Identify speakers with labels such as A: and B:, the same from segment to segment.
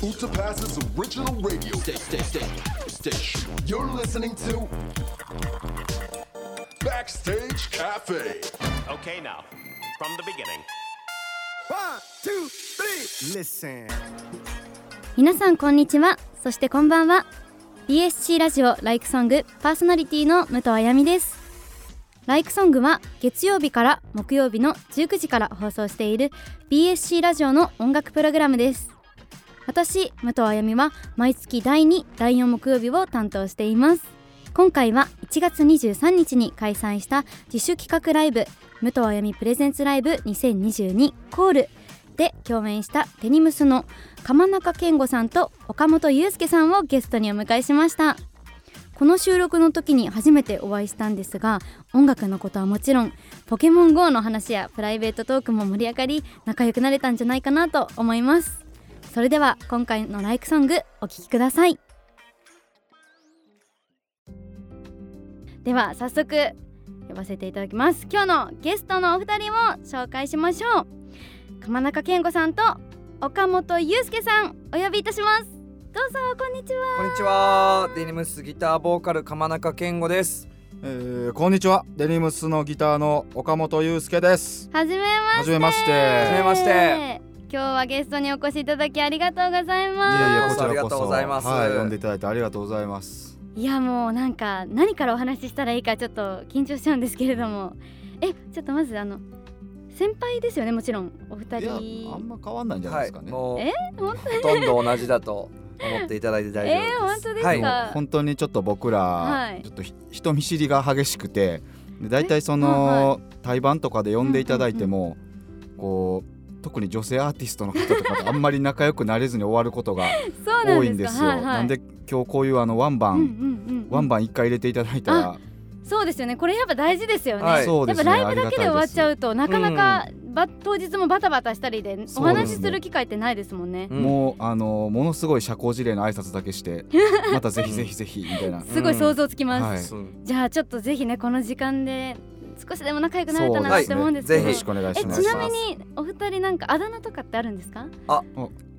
A: Utapaz's original radio station. You're listening to Backstage Cafe.
B: Okay, now, from the beginning.
C: One, two, three. Listen.
D: 皆さんこんにちはそしてこんばんは BSC ラジオライクソングパーソナリティの武藤あやみですライクソングは月曜日から木曜日の19時から放送している BSC ラジオの音楽プログラムです私武藤あやみは毎月第2第4木曜日を担当しています今回は1月23日に開催した自主企画ライブ武藤あやみプレゼンツライブ2022コールで共演したテニムスの鎌中健吾さんと岡本裕介さんをゲストにお迎えしましたこの収録の時に初めてお会いしたんですが音楽のことはもちろんポケモン GO の話やプライベートトークも盛り上がり仲良くなれたんじゃないかなと思いますそれでは今回のライクソングお聴きくださいでは早速呼ばせていただきます今日のゲストのお二人を紹介しましょう鎌中健吾さんと岡本裕介さんお呼びいたしますどうぞこんにちは
E: こんにちはデニムスギターボーカル鎌中健吾です
F: えー、こんにちはデニムスのギターの岡本裕介です
D: はじめま
F: は
D: して
F: じめまして
D: は
E: はじめまして
D: 今日はゲストにお越しいただきありがとうござい
F: いやい
D: ま
F: やこちらこそ
E: ありがとうございます
F: はい呼んでいただいてありがとうございます
D: すいやもうなんか何からお話ししたらいいかちょっと緊張しちゃうんですけれどもえちょっとまずあの先輩ですよねもちろんお二
F: いやあん
D: 人
F: ま変わんないんじゃないで
E: は
F: す
E: い
F: かね、
E: もう
D: え
E: ほとんど同じだと思っていただいて大丈夫です
D: えー本当ですか
E: はい、
D: あ
F: 本当にちょっと僕ら、
D: はい
F: ちょっとひ人見知りが激しくてで大体そ
D: はい
F: の、対バンとかで呼んでいただいても、こう特に女性アーティストの方とかとあんまり仲良くなれずに終わることが
D: そうな
F: 多
D: ん
F: い
D: で
F: んで
D: すか
F: すよ
D: はいはい、
F: なんで今日こういうあのワンバ
D: う
F: ン、
D: んうんうん
F: ワンバン一回入れていただいたら、
D: そうですよねこれやっぱ大事ですよね、
E: はい
F: そう
D: や
F: で
D: っぱ
F: すね
D: ライブだけで終わっちゃ
F: う
D: うとなかなかば当日もバタバタしたりでお話しする機会ってないですもんね。
E: うん
F: もうあのものすごい社交辞令の挨拶だけして またぜひぜひぜひみたいな
D: すごい想像つきます。
F: そ
E: うん
D: じゃあちょっとぜひねこの時間で少しでも仲良くなれた
F: う
D: ら
F: で
D: なっ
F: す
D: て
F: ね
D: 思うんですけ
E: ぜ
F: よ
D: ど。
E: ひ
F: ろしくお願い
D: え
F: し
D: ち
F: ます
D: なみにお二人なんかあだ名とかってあるんですか？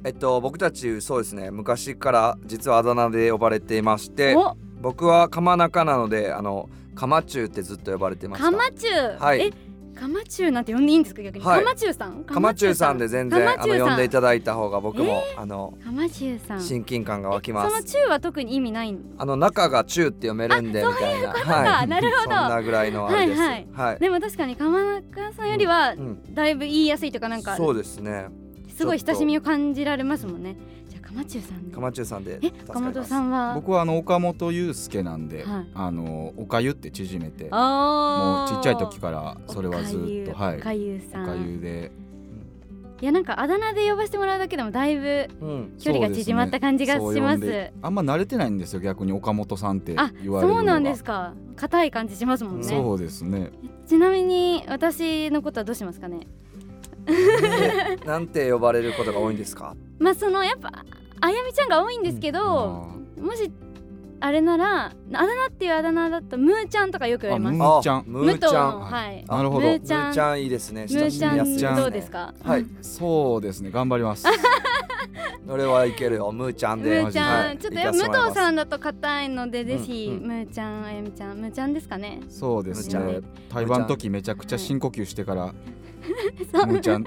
E: えっと僕たちそうですね昔から実はあだ名で呼ばれていまして
D: お
E: 僕は鎌中なのであの鎌中ってずっと呼ばれてました
D: カマチュウ、
E: はい
D: えカマチュウなんて呼んでいいんですか逆に？
E: はい
D: カマチュウさん？
E: 鎌中さんで全然あ
D: カマチュウさ
E: の
D: ん
E: 呼んでいただいた方が僕も、あの
D: カマチュウさん。
E: 親近感が湧き
D: え
E: ま
D: その
E: す
D: チュウは特に意味ないん。
E: あの中が中って読めるんでみたいなは
D: なるほど
E: そんなぐらいのあれです
D: はい
E: はい
D: でも確かにカマ中さんよりは
E: うん
D: だいぶ言いやすいとかなんか
E: そうですね
D: すごい親しみを感じられますもんね。じゃあ、かまちゅうさんで。
E: 鎌中さんで
D: え
E: 助、
D: 岡
E: かりま
D: 本
E: す
D: さんは。
F: 僕はあの岡本裕介なんで、
D: はい
F: あのおかゆって縮めても
D: あ
F: う
D: ー
F: ちっちゃい時からそれはずっとはい
D: おかゆ
F: お
D: さ
F: か
D: ん。
F: ゆで
D: いや、なんかあだ名で呼ばせてもらうだけでも、だいぶ
E: うん
D: 距離が縮まった感じがし
F: そう
D: ます。
F: ですねそう呼んであんま慣れてないんですよ逆に岡本さんって
D: あ、
F: 言われるのが
D: そうなんですか。硬い感じしますもんね。
F: そうですね
D: ちなみに、私のことはどうしますかね。
E: えなんて呼ばれることが多いんですか
D: まあ、その、やっぱ、あやみちゃんが多いんですけど、もし。あれなら、あだ名っていうあだ名だと、むーちゃんとかよく言われます。
F: むーちゃん
E: あむ
D: 武
E: ー
D: 藤
E: ちゃ
D: の、
E: ん
F: はい
D: はい。
F: なるほど
D: むー
E: む
D: ちゃ
E: ー
D: ん
E: ち。ゃんいいですね
D: むーちゃ
E: 親しみやすい
D: ん
E: ね
D: どうですか
E: はい
F: そうですね頑張り ます
E: 俺はいけるよむーちゃん
D: む
E: で
D: ーちゃん、
E: はい
D: ちょっとや
E: 行か
D: 武
E: せてもらい
D: 藤
E: ます
D: さんだと硬いのでぜひ、
E: うんうん
D: むーちゃんあやみちゃんむーちゃんですかね
F: そうです
D: むー
F: ね
D: ち
F: 台湾の時めちゃくちゃ深呼吸して から
D: そう
F: むーちゃん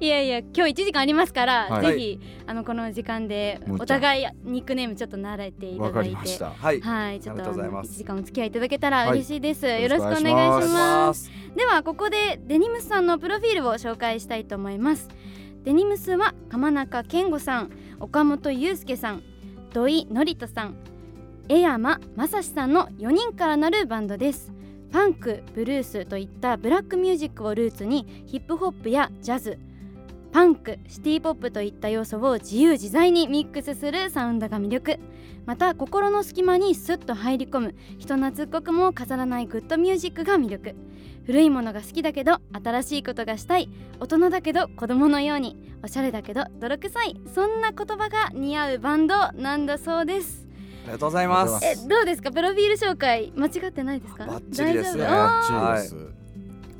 D: いやいや今日1時間ありますから、
F: はい
D: ぜひあのこの時間で
F: むーちゃん
D: お互いニックネームちょっと慣れていた
F: わか
D: だ
F: り
D: い
F: ましてた
E: はい
D: はいちょっ
E: あり
D: と
E: がとうござい
D: 1
E: ます
D: 時間お付き合いいただけたら
F: はい
D: 嬉しいです、
F: い
D: よろしくお願いし
F: お
D: ま
F: 願い
D: す
F: し
E: す
D: ではここでデニムスさんのプロフィールを紹介したいと思いますデニムスは鎌中健吾さん岡本裕介さん土井典人さん江山正史さんの4人からなるバンドですファンクブルースといったブラックミュージックをルーツにヒップホップやジャズパンクシティポップといった要素を自由自在にミックスするサウンドが魅力また心の隙間にスッと入り込む人懐っこくも飾らないグッドミュージックが魅力古いものが好きだけど新しいことがしたい大人だけど子供のようにおしゃれだけど泥臭いそんな言葉が似合うバンドなんだそうです
E: ありがとうございます
D: えどうですかプロフィール紹介間違ってないですか
E: バッチリですね
D: 大丈夫
F: チーです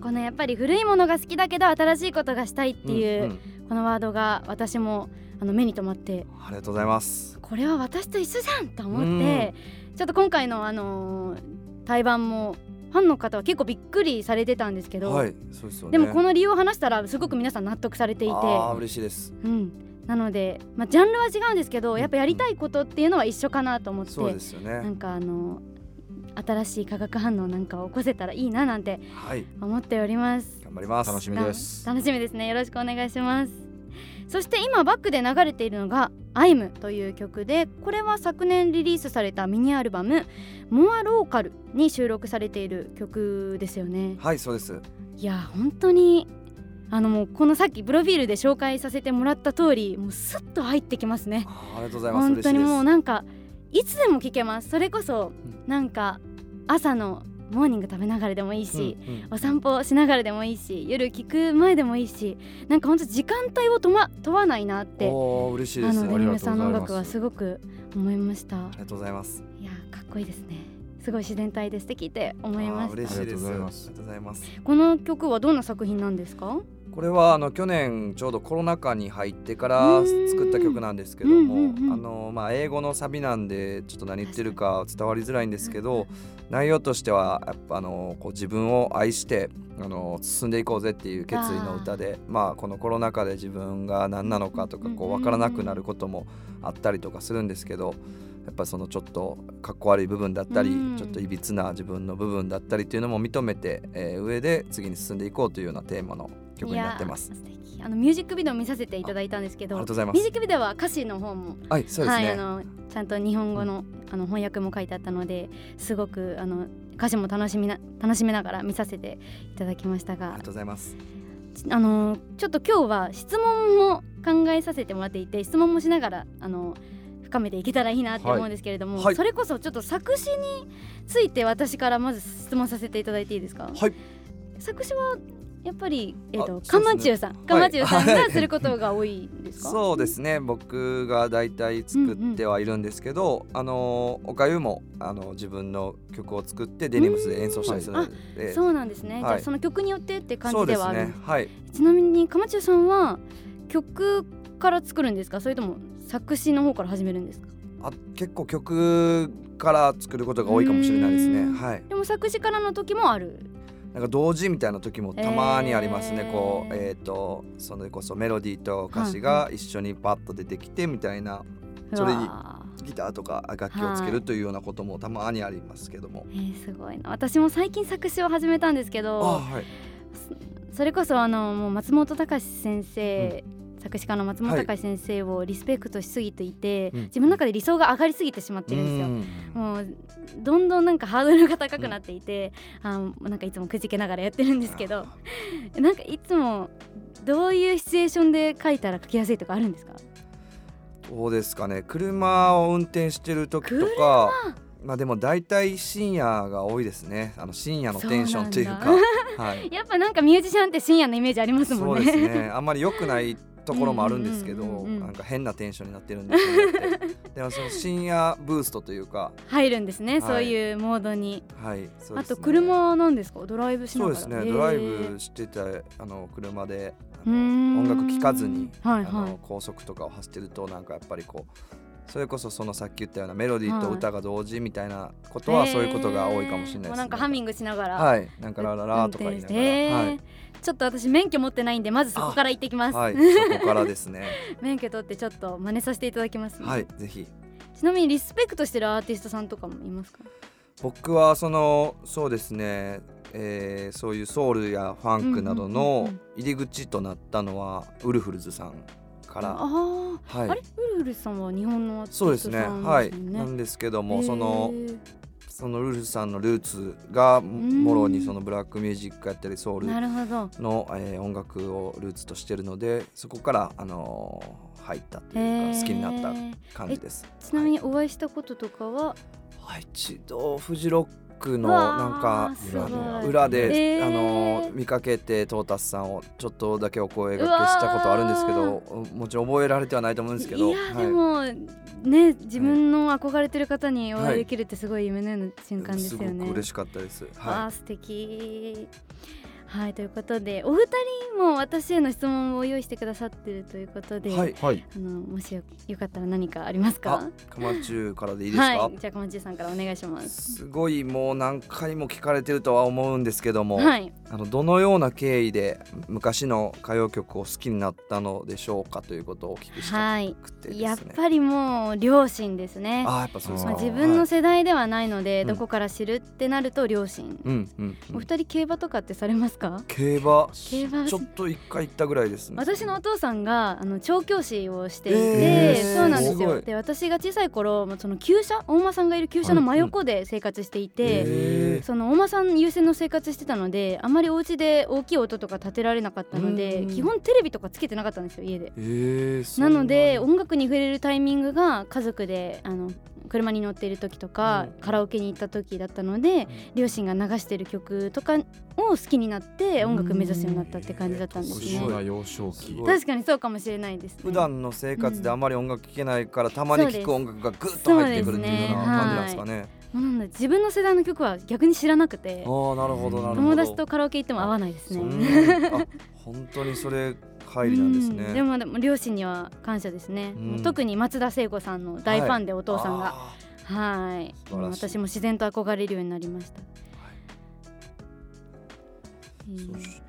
D: このやっぱり古いものが好きだけど新しいことがしたいっていう、
E: んん
D: このワードが私もあの目に留まって
E: ありがとうございます
D: これは私と一緒じゃんと思ってちょっと今回のあのー対バンもファンの方は結構びっくりされてたんですけど、
E: はいそうですよね
D: でもこ
E: の
D: の理由を話したらすごく皆さん納得されていて、
E: あー嬉しいです
D: うん、なので、まあ、ジャンルは違うんですけどやっぱやりたいことっていうのは一緒かなと思って
E: そうですよ
D: な
E: ね
D: んかあの新しい化学反応なんかを起こせたらいいななんて
E: はい
D: 思っております
E: 頑張ります
F: 楽しみです
D: 楽しみですねよろしくお願いしますそして今バックで流れているのが「アイムという曲でこれは昨年リリースされたミニアルバム「モアローカルに収録されている曲ですよね
E: はいそうです
D: いや本当にあのもうこのさっきプロフィールで紹介させてもらった通りもうスッと入ってきますね
E: あーありがとうございます
D: 本当にもう
E: 嬉しい
D: なんかいつでも聞けますそれこそ
E: う
D: なんか朝のモーニング食べながらでもいい
E: です
D: し、
E: うんうん
D: お散歩しながらでもいいし夜聞く前でもいいしなんか本当時間帯を問わ問わないなって
E: おー嬉しいで
D: あ
E: す
D: の
E: ね
D: デ
E: あ
D: ニ
E: りが
D: ム
E: とう
D: さんの音楽
F: ありがとうござい
D: は
F: ます
D: すごく思いました
E: ありがとうございます
D: いやーかっこいいですねすごい自然体で素敵って思いま
E: あー
D: し
E: 嬉
D: た
E: しいです
F: あ
E: あ
F: り
E: り
F: が
E: が
F: と
E: と
F: う
E: うございます
D: この曲はどんな作品なんですか
E: これはあの去年ちょうどコロナ禍に入ってか
D: うー
E: ら
D: ん
E: 作った曲なんですけども、
D: うんうんうん
E: あのまあ、英語のサビなんでちょっと何言ってるか伝わりづらいんですけど内容としてはやっぱあのこう自分を愛してあの進んでいこうぜっていう決意の歌でまあ、このコロナ禍で自分が何なのかとかこ
D: うん
E: う
D: うんうん
E: 分からなくなることもあったりとかするんですけど。やっぱそのちょっとかっこ悪い部分だったり、
D: うん
E: ちょっといびつな自分の部分だったりっていうのも認めて、えー上で次に進んでいこうというようなテーマの曲になってます
D: い。やー素敵あのミュージックビデオ見させていただいたんですけ
E: あり
D: ど
E: がとうございま
D: ミュージ
E: す。
D: ックビデオは歌詞の方も、
E: はい、そうです
D: はい
E: ね。
D: あのちゃんと日本語のあの翻訳も書いてあったのですごくあの歌詞も楽しみな楽しめながら見させていただきました
E: あり
D: が
E: がとうございます。
D: あのちょっと今日は質問も考えさせてもらっていて質問もしながらあの深めていけたらいいなって思うんですけれども、
E: はいはい
D: それこそちょっと作詞について私からまず質問させていただいていいですか
E: はい、
D: 作詞はやっぱり、えっ
E: あそう
D: と
E: です
D: カ
E: ね
D: マチュウさん、カマチュウさんがすることが多いんですか。
E: そうですね。僕がだいたい作ってはいるんですけど、あのおかゆもあの自分の曲を作ってデニムスで演奏したりするので、
D: そうなんですね。じゃ
E: は
D: あ
E: い
D: その曲によってって感
E: そ
D: じ
E: う
D: で
E: で
D: は
E: す
D: あるん
E: ね
D: です。。
E: はい。
D: ちなみにカマチュウさんは曲から作るんですか、それとも作詞の方から始めるんですか。
E: あ、結構曲から作ることが多いかもしれないです
D: うー
E: ね。
D: ん
E: はい。
D: でも作詞からの時もある。
E: なんか同時みたいな時もたまにありますね。
D: えー
E: こうえっ、とそれこそメロディーと歌詞が一緒にパッと出てきてみたいなそれに
D: うわー
E: ギターとか楽器をつけるというようなこともたまにありますけども。
D: えー、すごいな私も最近作詞を始めたんですけ
E: あ、
D: ど
E: はい。
D: それこそあのもう松本隆先生、作詞家の松本隆先生をリスペクトしすぎていて、
E: うん
D: 自分の中で理想が上がりすぎてしまってるんですよ。
E: うん
D: もうどんどんなんかハードルが高くなっていて、あーなんかいつもくじけながらやってるんですけどなんかいつもどういうシチュエーションで書いたら書きやすいとかあるんですか
E: どうですかね車を運転してる時とかまあでも大体深夜が多いですねあの深夜のテンションというか
D: そう
E: はい
D: やっぱなんかミュージシャンって深夜のイメージあります
E: そ
D: も
E: うんです
D: ね。
E: ねあんまり良くないところもあるんですけど
D: うんうんうんうんうん
E: なんか変なテンションになってるんですよねでもその深夜ブーストというか
D: 入るんですね、
E: はい
D: そういうモードに。
E: はいそうですね
D: あと車なんですかドライブしな
E: そ
D: がら
E: うで
D: へ
E: すね
D: ー
E: ドライブしてたあの車であ
D: うー
E: の
D: ん
E: 音楽聴かずに
D: はい
E: あ
D: はい
E: の高速とかを走ってるとなんかやっぱりこうそれこそそのさっき言ったようなメロディーと歌が同時みたいなことはそういうことが多いかもしれないです、
D: へー
E: ね
D: うなんかハミングしながら、
E: はいなんかラララとか言いながらは
D: 運転してへ
E: い
D: ーちょっと私免許持ってないんでまずそこから行ってきます、
E: は いそこからですね
D: 免許取ってちょっと真似させていただきます、
E: はいぜひ
D: ちなみにリスペクトしてるアーティストさんとかもいますか
E: 僕はそのそうですねえーそういうソウルやファンクなど
D: うんうんう
E: の
D: んうん
E: 入り口となったのはウルフルズさんか
D: あ
E: ら
D: ー、
E: はい
D: あれウルフルさんは日本のアーティス
E: そう
D: ト
E: ですね
D: さん
E: は
D: で
E: い
D: すよ
E: なんですけど
D: へ
E: も
D: ー
E: そのそのウルフルズさんのルーツがもろにそのブラックミュージックやったりソウル
D: なるほど
E: の、えー音楽をルーツとしてるのでそこから、あのー入ったと
D: へ
E: いう
D: ー
E: か好きになった感じです。
D: ちなみにお会いしたこととかは、
E: はい、一度フジロックの
D: うわー
E: なんか
D: すごい
E: あの裏で、
D: へー
E: あのー見かけてトータスさんをちょっとだけお声がけしたことあるんですけどもちろん覚えられてはないと思うんですけ
D: い
E: ど
D: や、
E: はい
D: でも、ね自分の憧れてる方にお会いできるってすごい夢のような瞬間ですすよ
E: ご
D: ね、
E: く嬉しかったです。
D: わ
E: は
D: あ素敵はいということでお二人も私への質問を用意してくださってるということで、
E: はい
F: はい
D: あのもしよよかったら何かあります
E: あ
D: か
E: 釜中からでいいですか、
D: はいじゃあかまちさんからお願いします
E: すごいもう何回も聞かれてるとは思うんですけども、
D: はい
E: あのどのような経緯で昔の歌謡曲を好きになったのでしょうかということをお聞きした
D: はい
E: くてですね。
D: やっぱりもう両親ですね
E: あーやっぱそうです
D: ま
E: か
D: あ、。自分の
E: はい
D: 世代ではないので、
E: うん
D: どこから知るってなると両親、
E: うんうんうん、
D: お二人競馬とかってされますか
E: 競馬
D: 競馬
E: ちょっと一回行ったぐらいですね。
D: 私のお父さんがあの調教師をしていて、
E: え
F: ー
D: そうなんです
E: すご
D: よ
E: い
D: で私が小さい頃もうその厩舎大間さんがいる厩舎の真横で生活していて、
E: え
D: その大間さん優先の生活してたのであまりお家で大きい音とか立てられなかったので、
E: うん
D: 基本テレビとかつけてなかったんですよ家で。
E: えーそう
D: なので
E: なんだ
D: 音楽に触れるタイミングが家族であの車に乗っている時とか、
E: うん
D: カラオケに行った時だったので両親が流してる曲とかを好きになって音楽目指すようになったって感じだったんです
E: うん
F: すごい
D: ね。
F: な幼少
E: す
F: 期
E: ごい
D: 確かにそうかもしれないです、ね、
E: 普段の生活であまり音楽聴けないから、たまに聴く音楽がグッと入ってくるっていうような感じなんですかね。
D: もうなんだ自分の世代の曲は逆に知らなくて
E: ああなるほどなるほど。
D: 友達とカラオケ行っても合わないです
E: そ
D: ね。
E: んなあ本当にそれ入りなんですね。
D: うんでもでも両親には感謝ですね、
E: うん
D: もう特に松田聖子さんの大ファンでお
E: お
D: 父さんがはい
E: 素晴
D: もう
E: らしい
D: 私も自然と憧れるようになりました、えー
E: そうしか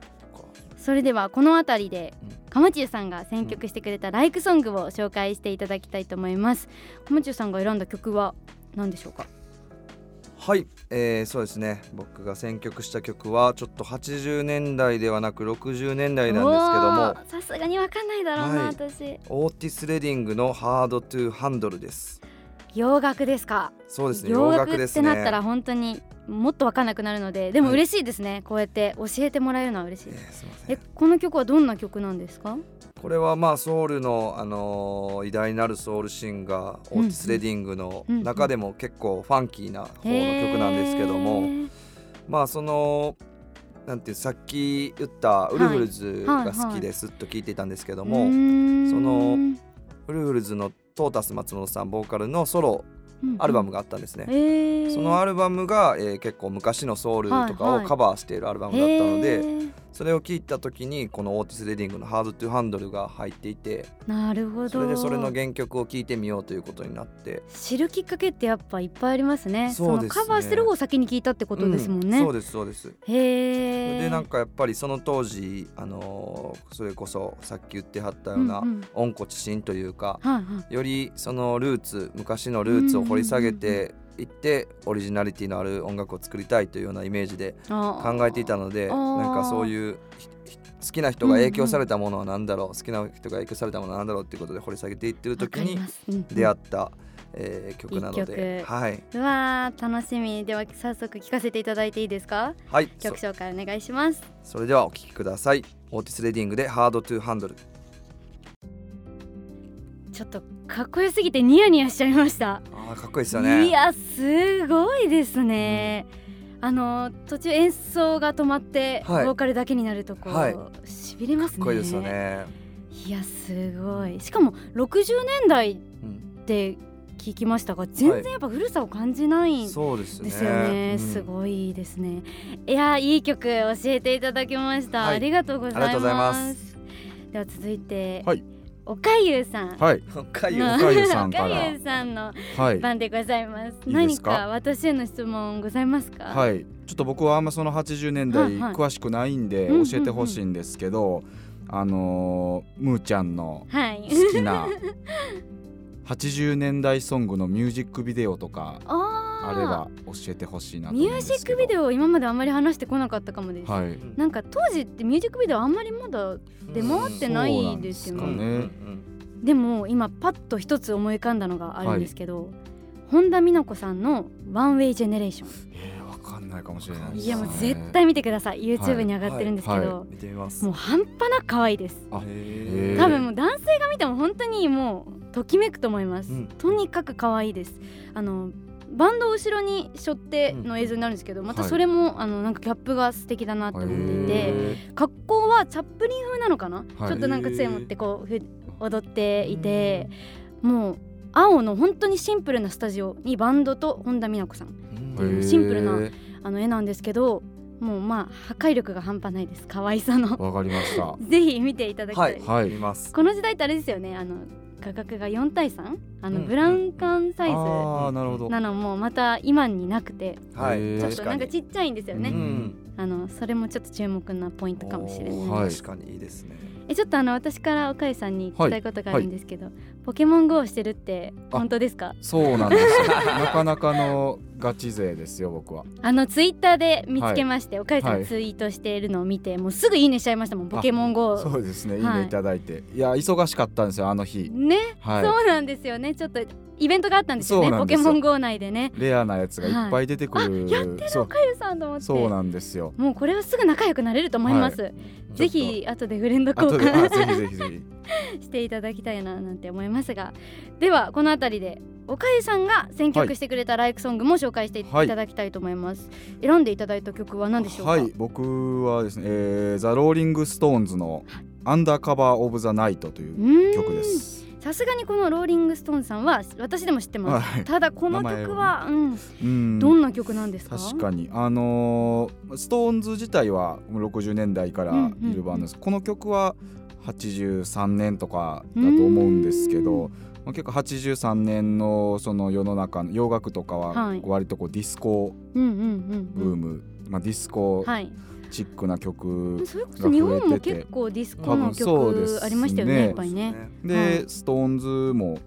D: それではこの辺りで
E: うん
D: 鎌中さんが選曲してくれたライクソングを紹介していただきたいと思います鎌中さんが選んだ曲は何でしょうか
E: はい、えー、そうですね僕が選曲した曲はちょっと80年代ではなく60年代なんですけども
D: おーさすがにわかんないだろうな、
E: はい
D: 私
E: オーティス・レディングの「ハード・トゥ・ハンドル」です
D: 洋楽ですか
E: そうですね
D: 洋
E: 洋
D: 楽
E: 楽で
D: っ
E: す
D: て
E: ね
D: なったら本当にもっとわかんなくなるのででも嬉しいですね、こうやって教えてもらえるのは嬉しい
E: え
D: です
E: ーすいませ
D: え
E: ん
D: この曲はどんな曲なんですか
E: これはまあソウルの、あのー偉大なるソウルシンガー
D: うん
E: オーティス・レディングの
D: うんうん
E: 中でも結構ファンキーな方の曲なんですけども、
D: へー
E: まあそのなんていうさっき言ったウルフルズが好きですと聞いていたんですけども、
D: うーん
E: そのウルフルズのトータス松本さんボーカルのソロアルバム
D: が、
E: があったんですね、
D: えー、
E: そのアルバムが、えー結構昔のソウルとか
D: はい
E: を
D: はい
E: カバーしているアルバムだったので、
D: へー
E: それを聞いた時にこのオーティス・レディングの「ハード・トゥ・ハンドル」が入っていて
D: なるほど
E: それでそれの原曲を聴いてみようということになって
D: 知るきっかけってやっぱいっぱいありますね
E: そうですね
D: のカバーしてる方を先に聞いたってことですもんね、
E: うんそうですそうですそ
D: へ
E: れ
D: え
E: でなんかやっぱりその当時、あのーそれこそさっき言ってはったような
D: うんうん
E: 温故知新という
D: は
E: か、
D: いはい
E: よりそのルーツ昔のルーツを掘り下げていって、オリジナリティのある音楽を作りたいというようなイメージで
D: あー
E: 考えていたので
D: あー
E: なんかそういうひひ好きな人が影響されたものは何だろう、好きな人が影響されたものは何だろうっていうことで掘り下げていってる時に
D: わかりますうん
E: 出会った、えー曲なので
D: いい曲
E: はい、
D: うわー楽しみでは早速聞かせていただいていいですか
E: はい、そ
D: 曲紹介お願いします
E: それではお聴きくださいオーティス・レディングで「ハード・トゥ・ハンドル」
D: ちょっとかっこよすぎてニヤニヤしちゃいました
E: あーかっこいいですよね
D: いやすごいですね、あの途中演奏が止まって、
E: はい
D: ボーカルだけになるとこ、
E: はい
D: しびれますね
E: かっこいいですよね、
D: いやすごいしかも60年代
E: うん
D: って聞きましたが全然やっぱ古さを感じないんですよ
E: そうですよ
D: ね,、
E: ね
D: す
E: い、
D: ごいですねいやいい曲教えていただきました、
E: はい
D: ありがとうございます
E: ありがとうございます
D: では続いて、
F: はい
D: おかゆうさん
F: はい
E: うんかゆい
D: の
F: おかゆさんから
D: おかゆさんの
F: はい
D: 番でございます。
F: いいで
D: 何
F: すか
D: か私への質問ございますか。
F: はいちょっと僕はあんまその80年代
D: はいはい
F: 詳しくないんで
D: うんうんうん
F: 教えてほしいんですけどあのーむーちゃんの
D: はい。
F: 好き な80年代ソングのミュージックビデオとか
D: あ
F: あれば教えてほしいなと思
D: ミ
F: うん
D: ュー
F: です
D: ジ
F: けど
D: ックビデオを今まであんまり話してこなかったかもです。
F: はい
D: なんか当時ってミュージックビデオあんまりまだ出回ってないですよ
F: そうなん
D: ね。
F: ですかね
D: でも今パッと一つ思い浮かんだのがあるんですけど、本田美奈子さんのワンウェイジェネレーション。
F: えーわかんないかもしれないです
D: い
F: ね
D: やもう絶対見てください。YouTube に上がってるんですけど、
F: はいは
E: 見てみます
D: もう半端なく可愛いです。
F: あ
E: へ
F: えー
D: 多分もう男性が見ても本当にもうときめくと思います、
E: うん
D: とにかく可愛いですあのバンドを後ろに背負っての映像になるんですけど、また
F: はい
D: それも、あのなんかギャップが素敵だなと思っていて、
E: へ
D: 格好はチャップリン風なのかな、
F: はい
D: ちょっとなんか杖持ってこうふ踊っていて、もう青の本当にシンプルなスタジオにバンドと本田美奈子さん
E: うん
D: シンプルなあの絵なんですけどもうまあ破壊力が半端ないです可愛さ の
F: わかりました。
D: ぜひ見ていただきたい、
E: はい
F: はい
E: 見ます
D: この時代ってあれですよねあの画角が4対 3? あの
E: うん
D: ブラウン管サイズ
F: ああなるほど。
D: なのもまた今になくて
E: はい
F: へー
D: ちょっと
E: 確か
D: なんか
E: に
D: ちっちゃいんですよ
E: う
D: ね、
E: ん
D: あのそれもちょっと注目なポイントかもしれない
E: おー
F: はい
E: 確かにいいですね
D: えちょっとあの私から岡井さんに聞きたいことがあるんですけど、ポケモン GO をしてるって本当ですか
F: そうなんですよ。 なかなかのガチ勢ですよ僕は。
D: あのツイッターで見つけまして、岡井さ
F: は
D: ん
F: い
D: ツイートしているのを見てもうすぐいいねしちゃいました もんポケモン GO
F: そうですね。いい
D: はい
F: ねいただいて。いや忙しかったんですよあの日。
D: ね、
F: は
D: そうなんですよねちょっとイベントがあったんですよね
F: そうな
D: ポ
F: んで
D: ケ
F: すよ
D: モン GO 内でね
F: い。レアなやつがいっぱい出てくる。
D: あやって
F: そう
D: 岡井さんと思って
F: そうなんですよ。
D: もうこれはすぐ仲良くなれると思います、ぜひ後でフレンド
F: あ
D: 交
F: とであ
D: 換
F: ぜひぜひぜひ。
D: していただきたいななんて思いますがではこの辺りで岡井さんが選曲してくれたライクソングも紹介してい
F: はい
D: ただきたいと思います、選んでいただいた曲は何でしょうか、
F: はい僕はですね、えー、ザ・ローリング・ストーンズの「アンダーカバー・オブ・ザ・ナイト」という
D: うーん
F: 曲です。
D: さすがにこのローリングストーンさんは私でも知ってます、
F: はい
D: ただこの曲は、うん、
F: うん
D: どんな曲なんですか
F: 確かにあのーストーンズ自体は60年代からいるバンドです、この曲は83年とかだと思うんですけ
D: う
F: ど、まあ、結構83年のその世の中の洋楽とか
D: は
F: はい割とこうディスコ
D: うんうんうん
F: ブーム、まあ、ディスコ
D: はい、
F: チックな曲
D: それこそ日本も結構ディスコの
F: 多分そうで
D: 曲
F: すね
D: ありましたよねいっぱいね
F: で、
D: はい
F: ストーンズも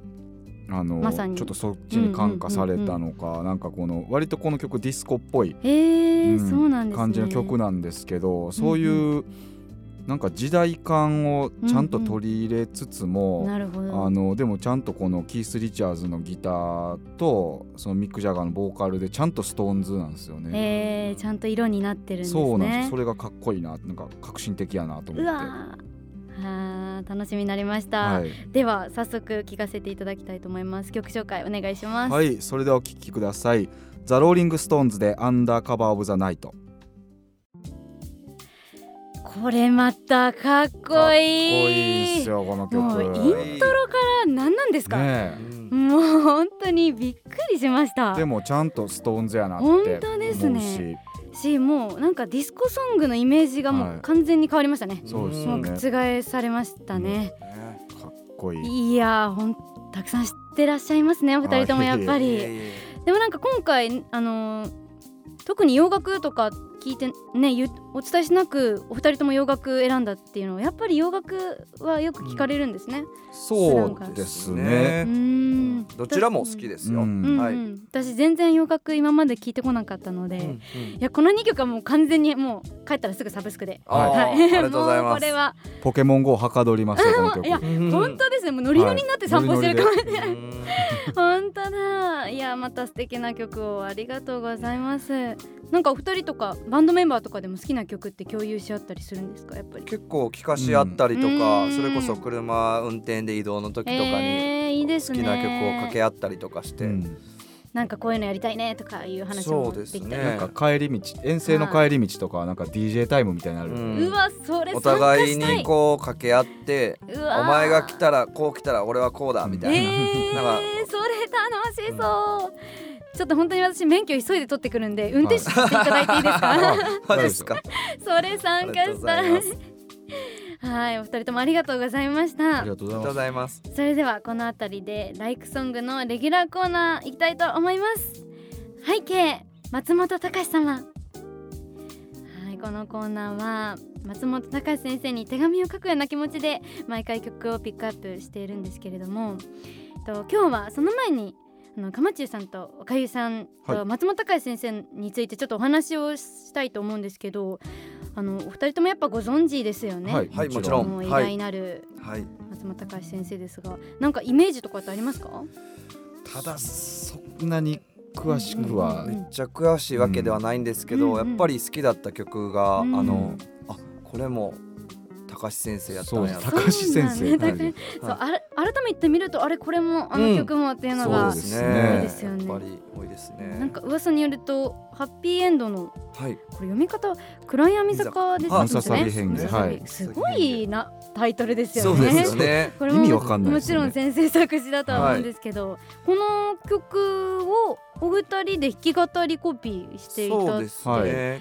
F: あの
D: まさに
F: ちょっとそっちに感化されたのか、なんかこの割とこの曲ディスコっぽい
D: えー
F: うん
D: そうなんですね
F: 感じの曲なんですけど、そういうなんか時代感をちゃんと取り入れつつも、
D: なるほど
F: あのでもちゃんとこのキース・リチャーズのギターとそのミック・ジャガーのボーカルでちゃんとストーンズなんですよね。
D: えー、ちゃんと色になってるんですね
F: そうなんですよそれがかっこいいななんか革新的やなと思
D: う
F: って。
D: わーあー楽しみになりました、
F: はい
D: では早速聞かせていただきたいと思います曲紹介お願いします、
F: はい、それではお聴きください。ザ・ローリング・ストーンズでアンダーカバー・オブ・ザ・ナイト。
D: これまたかっこいい
F: かっこいいっすよ、この曲。
D: もうイントロから何なんですか、
F: ね
E: うん
D: もう本当にびっくりしまし
F: え
D: た
F: でもちゃんとストーンズやなって思
D: 本
F: うし。
D: 当ですねしもうなんかディスコソングのイメージがも
F: は
D: う
F: い
D: 完全に変わりましたね、
F: そうです
D: も
F: よ
D: う
F: ね。か
D: 覆されましたね、
F: っこいい。
D: いやーほんたくさん知ってらっしゃいますねお二人ともやっぱ
F: あ
D: り、でもなんか今回あのー特に洋楽とか聞いてねゆお伝えしなくお二人とも洋楽選んだっていうのはやっぱり洋楽はよく聞かれるんですね。
F: そうですね。
D: うーん
E: どちらも好きですよ、
F: う
D: うんんうん
E: はい
D: 私全然洋楽今まで聞いてこなかったので、いやこの2曲はもう完全にもう帰ったらすぐサブスクで。
E: あー
D: はい、
E: ありがとうござい
D: もう
E: ま
D: こ
E: す
D: れは
F: ポケモン GO はかどりましたよ、この曲。
D: いや
E: うん
D: 本当ですねもうノリノリになって散歩してるかも、
F: はいノリノ
E: うん
D: 本当だいやまた素敵な曲をありがとうございますなんかお二人とかバンドメンバーとかでも好きな曲って共有し合ったりするんですかやっぱり
E: 結構聞かし合ったりとか、
D: うん
E: それこそ車運転で移動の時とかに、
D: えーいいですね
E: 好きな曲を掛け合ったりとかして、
F: うん
D: なんかこういうのやりたいねとかいう話も
E: そう
D: で
E: で
D: き
E: す
D: た
E: ね
D: り
F: なんか帰り道、遠征の帰り道とかはなんか DJ タイムみたいになる。
E: うん
D: うわそれ
E: お
D: 参加
E: 互い
D: したい
E: にこう掛け合って
D: う
E: お
D: わ
E: 前が来たらこう来たら俺はこうだみたいな、
D: えー、
E: なんか
D: それ楽しそう、ちょっと本当に私免許急いで取ってくるんで運転手していただいていいです か、
E: マジですか
D: それ参加
E: ありがとうご
D: し
E: ざ
D: た
E: い
D: い
E: ます
D: はいお二人ともありがとうございまし
F: あ
D: た
F: りがとう
E: ありがと
F: ご
E: うご
F: ざい
E: ざいます
D: それではこのあたりでライクソングのレギュラーコーナー行きたいと思います背景松本隆様はいこのコーナーは松本隆先生に手紙を書くような気持ちで毎回曲をピックアップしているんですけれどもえっと今日はその前にあの鎌中さんとおかゆさん
F: は
D: と
F: い
D: 松本隆先生についてちょっとお話をしたいと思うんですけどあのお二人ともやっぱご存知ですよね、
F: ます。
E: はいもちろん
D: もう偉大なる
E: はい
D: 松本隆先生ですがなんかイメージとかってありますか
F: ただそんなに詳しくは、
E: めっちゃ詳しいわけではないんですけど、
D: うんうん
E: やっぱり好きだった曲が、
D: うん
E: あのあこれも高橋先生やった
F: そ
E: ん
F: う
E: や
F: 高橋先生
D: そうなんだね そうあら改めて見るとあれこれもあの曲もっていうの
E: そ
D: が、
E: うですね
F: そう
D: ですよね
E: やっぱり多いですね
D: なんか噂によるとハッピーエンドのこ
E: はい
D: れ読み方暗闇坂ですよね。
E: ムササ
F: ビ変化
D: ムササビ
F: はい
D: すごいなタイトルです
E: そ
D: よ
E: う
D: ね。
E: ですよね
D: これも
F: 意味わかんない
D: も
F: です
D: ち
F: よ
D: ろ
F: ね
D: ん先生作詞だとは思うんですけど、この曲をお二人で弾き語りコピーしていた
E: そうですね、
F: はい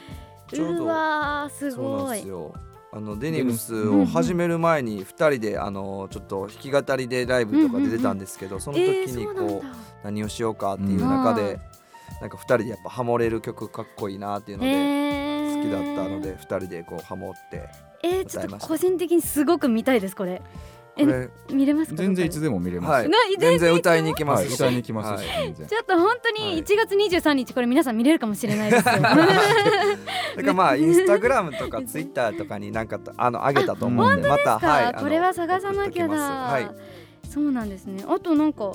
E: ちょうど
D: うわーす
E: そうな
D: ご
E: んで
D: い
E: すよあのデニムスを始める前に2人であのちょっと弾き語りでライブとかで出たんですけどその時
D: えー、
E: に
D: そうなん
E: こう
D: だ
E: 何をしようかっていう中
D: う
E: でなんか2人でやっぱハモれる曲かっこいいなっていうので
D: え
E: 好
D: ー
E: きだったので2人でこうハモって
D: えー、ちょっと個人的にすごく見たいですこれえ
E: これ
D: 見れますか
F: 全然いつ
D: どっか
F: でも見れ
E: は
F: ます
E: い
F: し。
D: ない
E: 全然歌いに行きま
F: はい、
E: すし
F: 歌いに行きますし、
E: はい
F: 全然
D: でちょっと本当
E: は
D: に
E: い
D: 1月23日これ皆さん見れるかもしれない ですよ
E: だからまあインスタグラムとかツイッターとかになんかとあの上げたと思うんでまたはいあの
D: これは探さなきゃだ、
E: 送っときますはい
D: そうなんですねあとなんか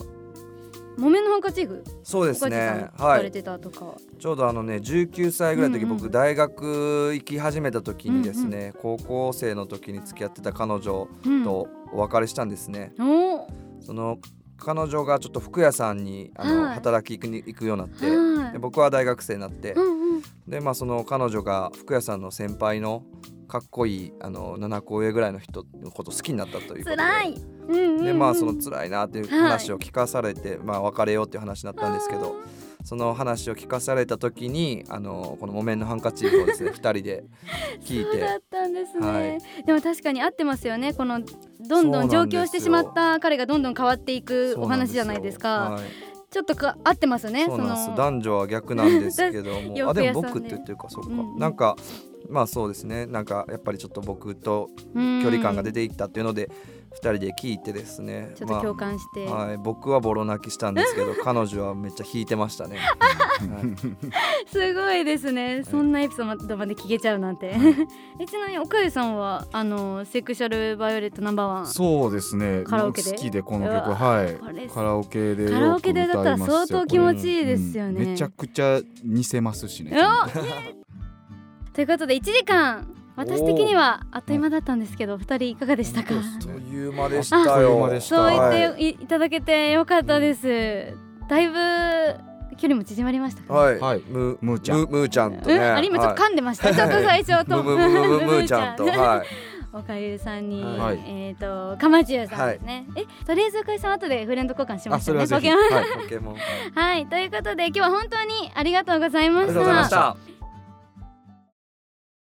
D: 木綿のハンカチーフ
E: そうで
D: お
E: す
D: かじさん
E: ね
D: 聞
E: は
D: かれ
E: い
D: てたとか、
E: ちょうどあのね19歳ぐらいの時、
D: うんうん
E: 僕大学行き始めた時にですね、高校生の時に付き合ってた彼女
D: うん
E: とお別れしたんですね、
D: おー
E: その彼女がちょっと服屋さんにあの、
D: はい
E: 働きに行くようになって、
D: はい
E: で僕は大学生になって、
D: うんうん
E: でまあその彼女が服屋さんの先輩のかっこいいあの7個上ぐらいの人のこと好きになったということで
D: 辛い、うんうんうん、
E: でまあその辛いなっていう話を聞かされて、まあ別れようっていう話になったんですけどその話を聞かされた時にあのこの「木綿のハンカチーフ」をですね二人で聞い
D: そうだ
E: て
D: ったんですね、
E: は
D: でも確かに合ってますよねこのどんどん
E: そう
D: 上
E: なんですよ
D: 京してしまった彼がどんどん変わっていくお話じゃないですかちょっとか合ってますねそ
E: そ
D: う
E: なんですよはいそうな
D: の
E: んです男女は逆なんですけど もあ
D: 洋服
E: で
D: 屋
E: も
D: さんね
E: 僕って言ってるかそうか、
D: うんうん
E: なんかまあそうですねなんかやっぱりちょっと僕と
D: うん
E: 距離感が出ていったっていうので二人で聞いてですね
D: ちょっと共感して、
E: まあはい、僕はボロ泣きしたんですけど彼女はめっちゃ引いてましたね。はい
D: すごいですねそんなエピソードまで聞けちゃうなんて えちなみに岡井さんはあのセクシャルバイオレットナンバーワン
F: そうですね。
D: カラオケで
F: 好きでこの
D: うわ
F: 曲はい
D: これ。
F: カラオケでよく歌いますよ。
D: カラオケで歌ったら相当気持ちいいですよね、
F: うんめちゃくちゃ似せますしね。
D: おということで1時間私的にはあっという間だったんですけど2人いかがでしたか
F: 本当ですね
E: という間でし
F: あ
E: た
F: っという
E: よ。
F: 間でし
D: そう
F: た
D: 言っていいただけてよかったですだいぶ距離も縮まりましたかね
E: はい、
F: はい
E: む
F: むーちゃん
E: むむーちゃんと
D: う
E: ね。
D: ん、あれ今ちょっと
E: は
D: 噛んでました、ちょっと最初
E: い
D: と
E: むむむむむむーちゃんと、はい
D: おかゆさんに、
E: はい
D: えっ、とかまちゅうさんですね、えとりあえずおかゆさん後でフレンド交換しま
F: あ、
D: し
F: そ
D: たね
F: れはぜ
D: ポ
F: ひ。
D: ケモン
F: はい。
E: い、ポケモン。あ
D: はいということで今日は本当にありがとうござい
E: り
D: ま
E: が
D: し
E: とうございましたた。